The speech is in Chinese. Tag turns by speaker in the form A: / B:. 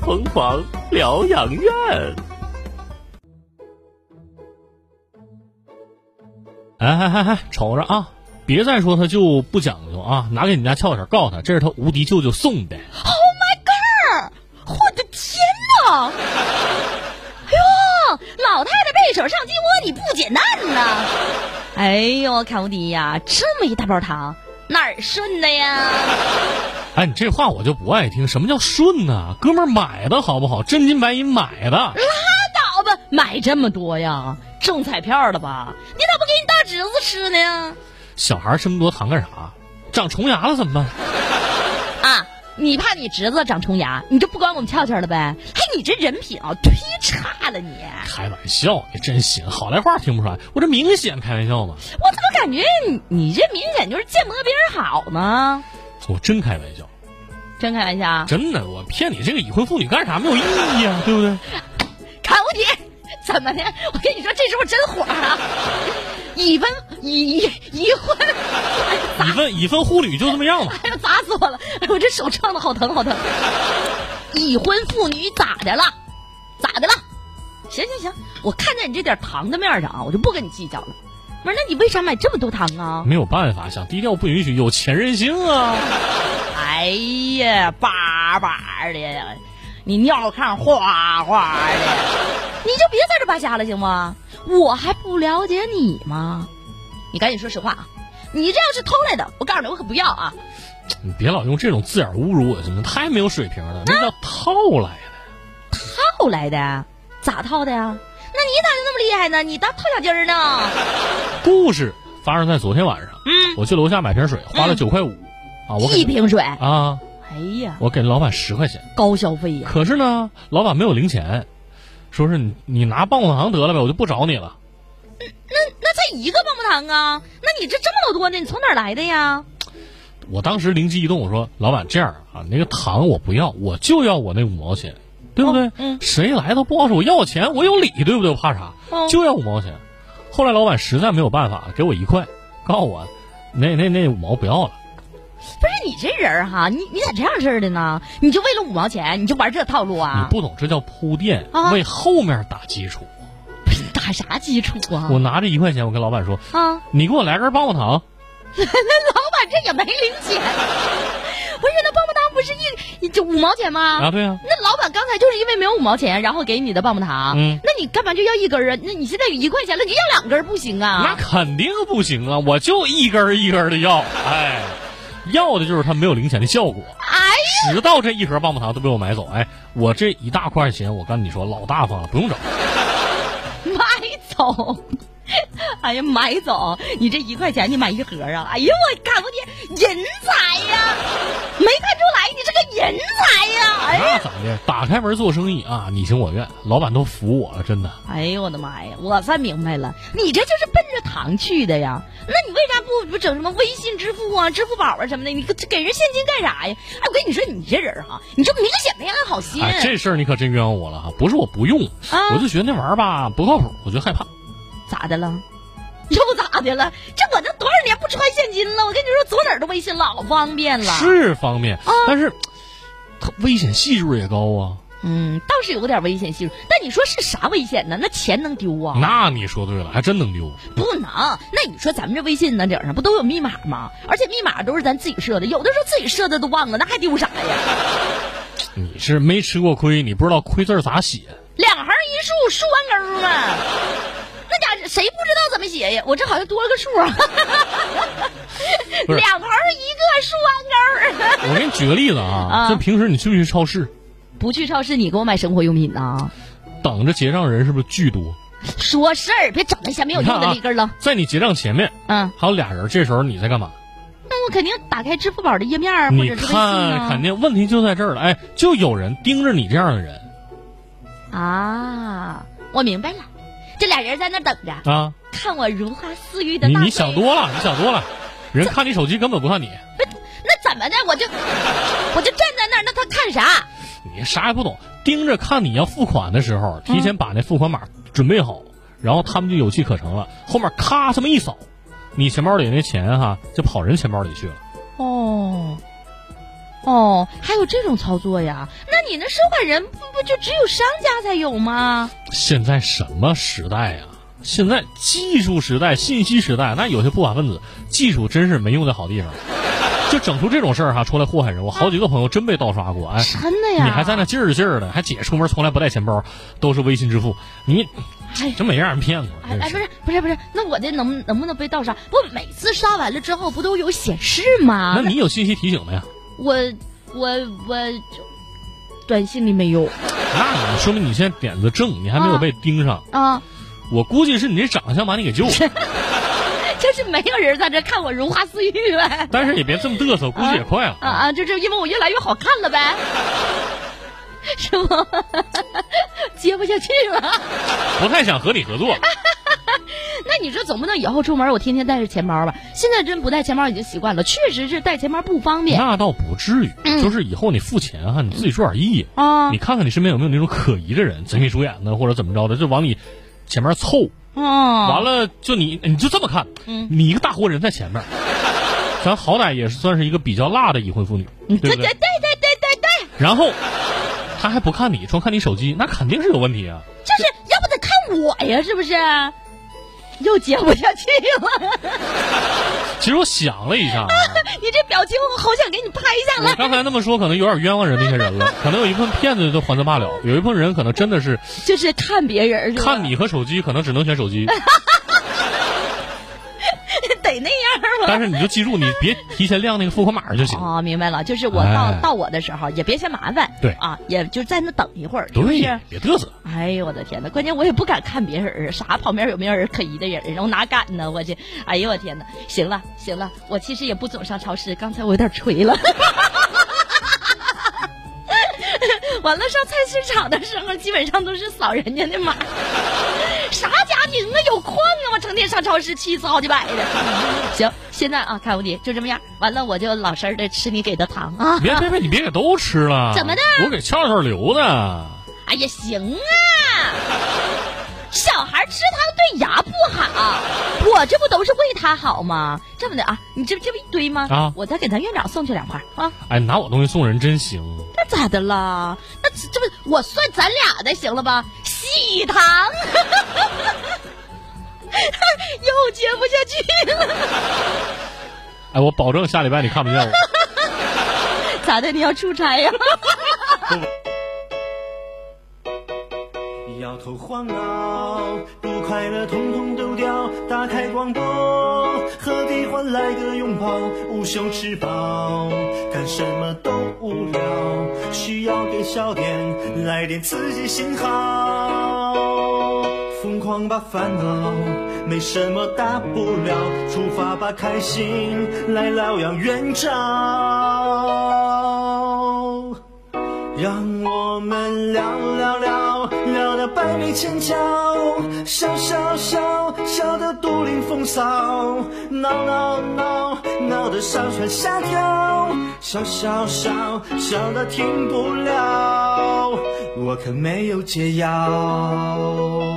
A: 疯狂疗养院。哎哎哎哎，瞅着啊！别再说他舅不讲究啊！拿给你家俏小告诉他，这是他无敌舅舅送的。
B: Oh my god！我的天哪！哎呦，老太太背手上鸡窝，你不解难呐！哎呦，凯无迪呀，这么一大包糖，哪儿顺的呀？
A: 哎，你这话我就不爱听。什么叫顺呢、哥们儿买的好不好？真金白银买的。
B: 拉倒吧，买这么多呀？中彩票了吧？你咋不给你大侄子吃呢？
A: 小孩儿吃那么多糖干啥？长虫牙了怎么办？
B: 啊，你怕你侄子长虫牙，你就不管我们俏俏了呗？嘿，你这人品啊，忒差了你！
A: 开玩笑，你真行，好赖话听不出来，我这明显开玩笑嘛，
B: 我怎么感觉你你这明显就是见不得别人好呢？
A: 我真开玩笑，
B: 真开玩笑，
A: 真的，我骗你这个已婚妇女干啥没有意义呀、对不对？
B: 看无敌，怎么的？我跟你说，这时候真火啊！已婚已已已婚，
A: 以份以份护侣就这么样吧。
B: 哎呀，砸死我了！哎呦，我这手撞的好疼好疼。已婚妇女咋的了？咋的了？行行行，我看在你这点糖的面上啊，我就不跟你计较了。不是，那你为啥买这么多糖啊？
A: 没有办法，想低调不允许，有钱任性啊！
B: 哎呀，巴巴的，你尿炕哗哗的，你就别在这扒瞎了行吗？我还不了解你吗？你赶紧说实话啊！你这要是偷来的，我告诉你，我可不要啊！
A: 你别老用这种字眼侮辱我，行吗？太没有水平了，那叫套来的。
B: 套来的，咋套的呀？那你咋就那么厉害呢？你当套小鸡儿呢？
A: 故事发生在昨天晚上，
B: 嗯，
A: 我去楼下买瓶水，花了九块五、啊，我给
B: 一瓶水，
A: 啊，
B: 哎呀，
A: 我给老板十块钱。
B: 高消费呀！
A: 可是呢，老板没有零钱，说是你你拿棒棒糖得了呗，我就不找你了。
B: 那才一个棒棒糖啊！那你这这么老多呢？你从哪儿来的呀？
A: 我当时灵机一动，我说老板这样啊，那个糖我不要，我就要我那五毛钱，对不对？
B: 哦嗯
A: 谁来都不好使，我要钱，我有理，对不对？我怕啥？
B: 哦
A: 就要五毛钱。后来老板实在没有办法了，给我一块，告诉我那那那五毛不要了。
B: 不是你这人儿哈，你你咋这样式儿的呢？你就为了五毛钱，你就玩这套路啊
A: 你？不懂，这叫铺垫，
B: 啊
A: 为后面打基础。
B: 不是你打啥基础啊？
A: 我拿着一块钱，我跟老板说
B: 啊，：“
A: 你给我来根棒棒糖。
B: 那老板这也没零钱。不是，那棒棒糖不是一就五毛钱”吗？
A: 啊，对啊，
B: 那老板刚才就是因为没有五毛钱，然后给你的棒棒糖。
A: 嗯
B: 那你干嘛就要一根儿啊？那你现在有一块钱了，你要两根儿不行
A: 那
B: 啊？
A: 肯定不行啊！我就一根儿一根的要，哎，要的就是他没有零钱的效果。
B: 哎呀，
A: 直到这一盒棒棒糖都被我买走，哎，我这一大块钱，我跟你说老大方了，不用找。
B: 买走！哎呀，买走！你这一块钱你买一盒啊？哎呀，我看不见人才呀！没看出来你这个人才呀！哎呀
A: 那咋的？打开门做生意啊，你情我愿，老板都服我了，真的。
B: 哎呦我的妈呀！我算明白了，你这就是奔着糖去的呀？那你为啥不不整什么微信支付啊、支付宝啊什么的？你给给人现金干啥呀？哎，我跟你说，你这人哈、你就明显没安好心。
A: 哎，这事儿你可真冤枉我了哈！不是我不用，
B: 啊
A: 我就觉得那玩意儿吧不靠谱，我就害怕。
B: 咋的了？又咋的了？这我这多少年不揣现金了？我跟你说，走哪儿都微信，老方便了。，
A: 是方便，但是它危险系数也高啊。
B: 嗯，倒是有点危险系数。但你说是啥危险呢？那钱能丢啊？
A: 那你说对了，还真能丢。
B: 不能。那你说咱们这微信呢，顶上不都有密码吗？而且密码都是咱自己设的，有的时候自己设的都忘了，那还丢啥呀？
A: 你是没吃过亏，你不知道亏字儿咋写。
B: 两行一竖，竖弯钩嘛。那家伙谁不知道怎么写呀？我这好像多了个数啊。
A: 不是
B: 两行一个竖弯钩。
A: 我给你举个例子啊，
B: 啊
A: 就平时你去不去超市，
B: 不去超市，你给我买生活用品呐？
A: 等着结账人是不是巨多？
B: 说事儿，别整那些没有
A: 你看
B: 用的
A: 啊
B: 立根儿了。
A: 在你结账前面
B: 嗯，
A: 还有俩人，这时候你在干嘛？
B: 那我肯定打开支付宝的页面啊或
A: 你
B: 者是微信
A: 看，肯
B: 啊。
A: 定问题就在这儿了。哎，就有人盯着你这样的人
B: 啊，我明白了，这俩人在那等着，
A: 啊，
B: 看我如花似玉的
A: 你
B: 大
A: 你
B: 腿
A: 想多了，你想多了。人看你手机根本不看你，
B: 那怎么的？我就 我就站在那儿，那他看啥？
A: 你啥也不懂，盯着看你要付款的时候，提
B: 嗯
A: 前把那付款码准备好，然后他们就有机可乘了。后面咔这么一扫，你钱包里那钱哈就跑人钱包里去了。
B: 哦哦，还有这种操作呀？那你那收款人不不就只有商家才有吗？
A: 现在什么时代呀、现在技术时代、信息时代，那有些不法分子技术真是没用在好地方，就整出这种事儿、哈，出来祸害人。我好几个朋友真被盗刷过，哎，
B: 真的呀？
A: 你还在那劲儿劲儿的，还姐出门从来不带钱包，都是微信支付，你
B: 哎
A: 真没让人骗过。
B: 哎
A: 真
B: 哎，不是不是不是，那我这能不能不能被盗刷？不，每次刷完了之后不都有显示吗
A: 那？你有信息提醒没呀？啊
B: 我我我就短信里没有
A: 那你说明你现在点子正，你还没有
B: 啊
A: 被盯上。
B: 啊，
A: 我估计是你这长相把你给救了，
B: 就是没有人在这看我如花似玉呗。
A: 但是也别这么嘚瑟，估计也快了。
B: 啊啊，就这，因为我越来越好看了呗， 是吗？ 接不下去了。
A: 不太想和你合作。
B: 那你说总不能以后出门我天天带着钱包吧？现在真不带钱包已经习惯了，确实是带钱包不方便
A: 那倒不至于，
B: 嗯
A: 就是以后你付钱哈、你自己注点意。
B: 啊
A: 你看看你身边有没有那种可疑的人，贼眉鼠眼的或者怎么着的，就往你前面凑，
B: 啊。
A: 完了就你你就这么看，
B: 嗯
A: 你一个大活人在前 面，咱好歹也是算是一个比较辣的已婚妇女，对不
B: 对对对
A: 对？
B: 对对对对，
A: 然后他还不看你，光看你手机，那肯定是有问题啊。
B: 就是要不得看我呀，是不是？又接不下去了，
A: 其实我想了一下啊，
B: 你这表情我好想给你拍下
A: 我
B: 来。
A: 刚才那么说可能有点冤枉人那些人了，可能有一部分骗子都还则罢了，有一部分人可能真的是
B: 就是看别人是吧？
A: 看你和手机，可能只能选手机。
B: 得那样了。
A: 但是你就记住，你别提前亮那个付款码就行。
B: 哦，明白了，就是我到、
A: 哎
B: 到我的时候也别嫌麻烦，
A: 对
B: 啊，也就在那等一会儿，是不
A: 对
B: 是
A: 呀，？别嘚瑟。
B: 哎呦我的天呐，关键我也不敢看别人，啥旁边有没有人可疑的人，然后哪敢呢？我这，哎呦我天呐，行了行了，我其实也不总上超市，刚才我有点锤了。 完了，上菜市场的时候，基本上都是扫人家的码。啥家庭啊，有矿啊！我成天上超市去糟去摆的。行，现在啊，看无敌就这么样。完了，我就老实的吃你给的糖啊。
A: 别别别，你别给都吃了。
B: 怎么的？
A: 我给翘翘留的。
B: 哎呀，行啊！小孩吃糖对牙不好，我这不都是为他好吗？这么的啊，你这这不一堆吗？
A: 啊
B: 我再给咱院长送去两块啊。
A: 哎，拿我东西送人真行。
B: 那咋的啦？那这这不我算咱俩的行了吧？喜糖， 又接不下去了。
A: 哎，我保证下礼拜你看不见我。
B: 咋的？你要出差呀、
C: 摇头晃脑，不快乐统统丢掉。打开广播，何必换来个拥抱？无休吃饱，干什么都无聊，需要给笑点来点刺激信号。疯狂吧烦恼，没什么大不了，出发吧开心，来疗养远照。让我们聊聊聊，聊得百媚千娇，笑笑笑，笑得独领风骚，闹闹闹，闹得上蹿下跳，笑笑笑，笑得停不了，我可没有解药。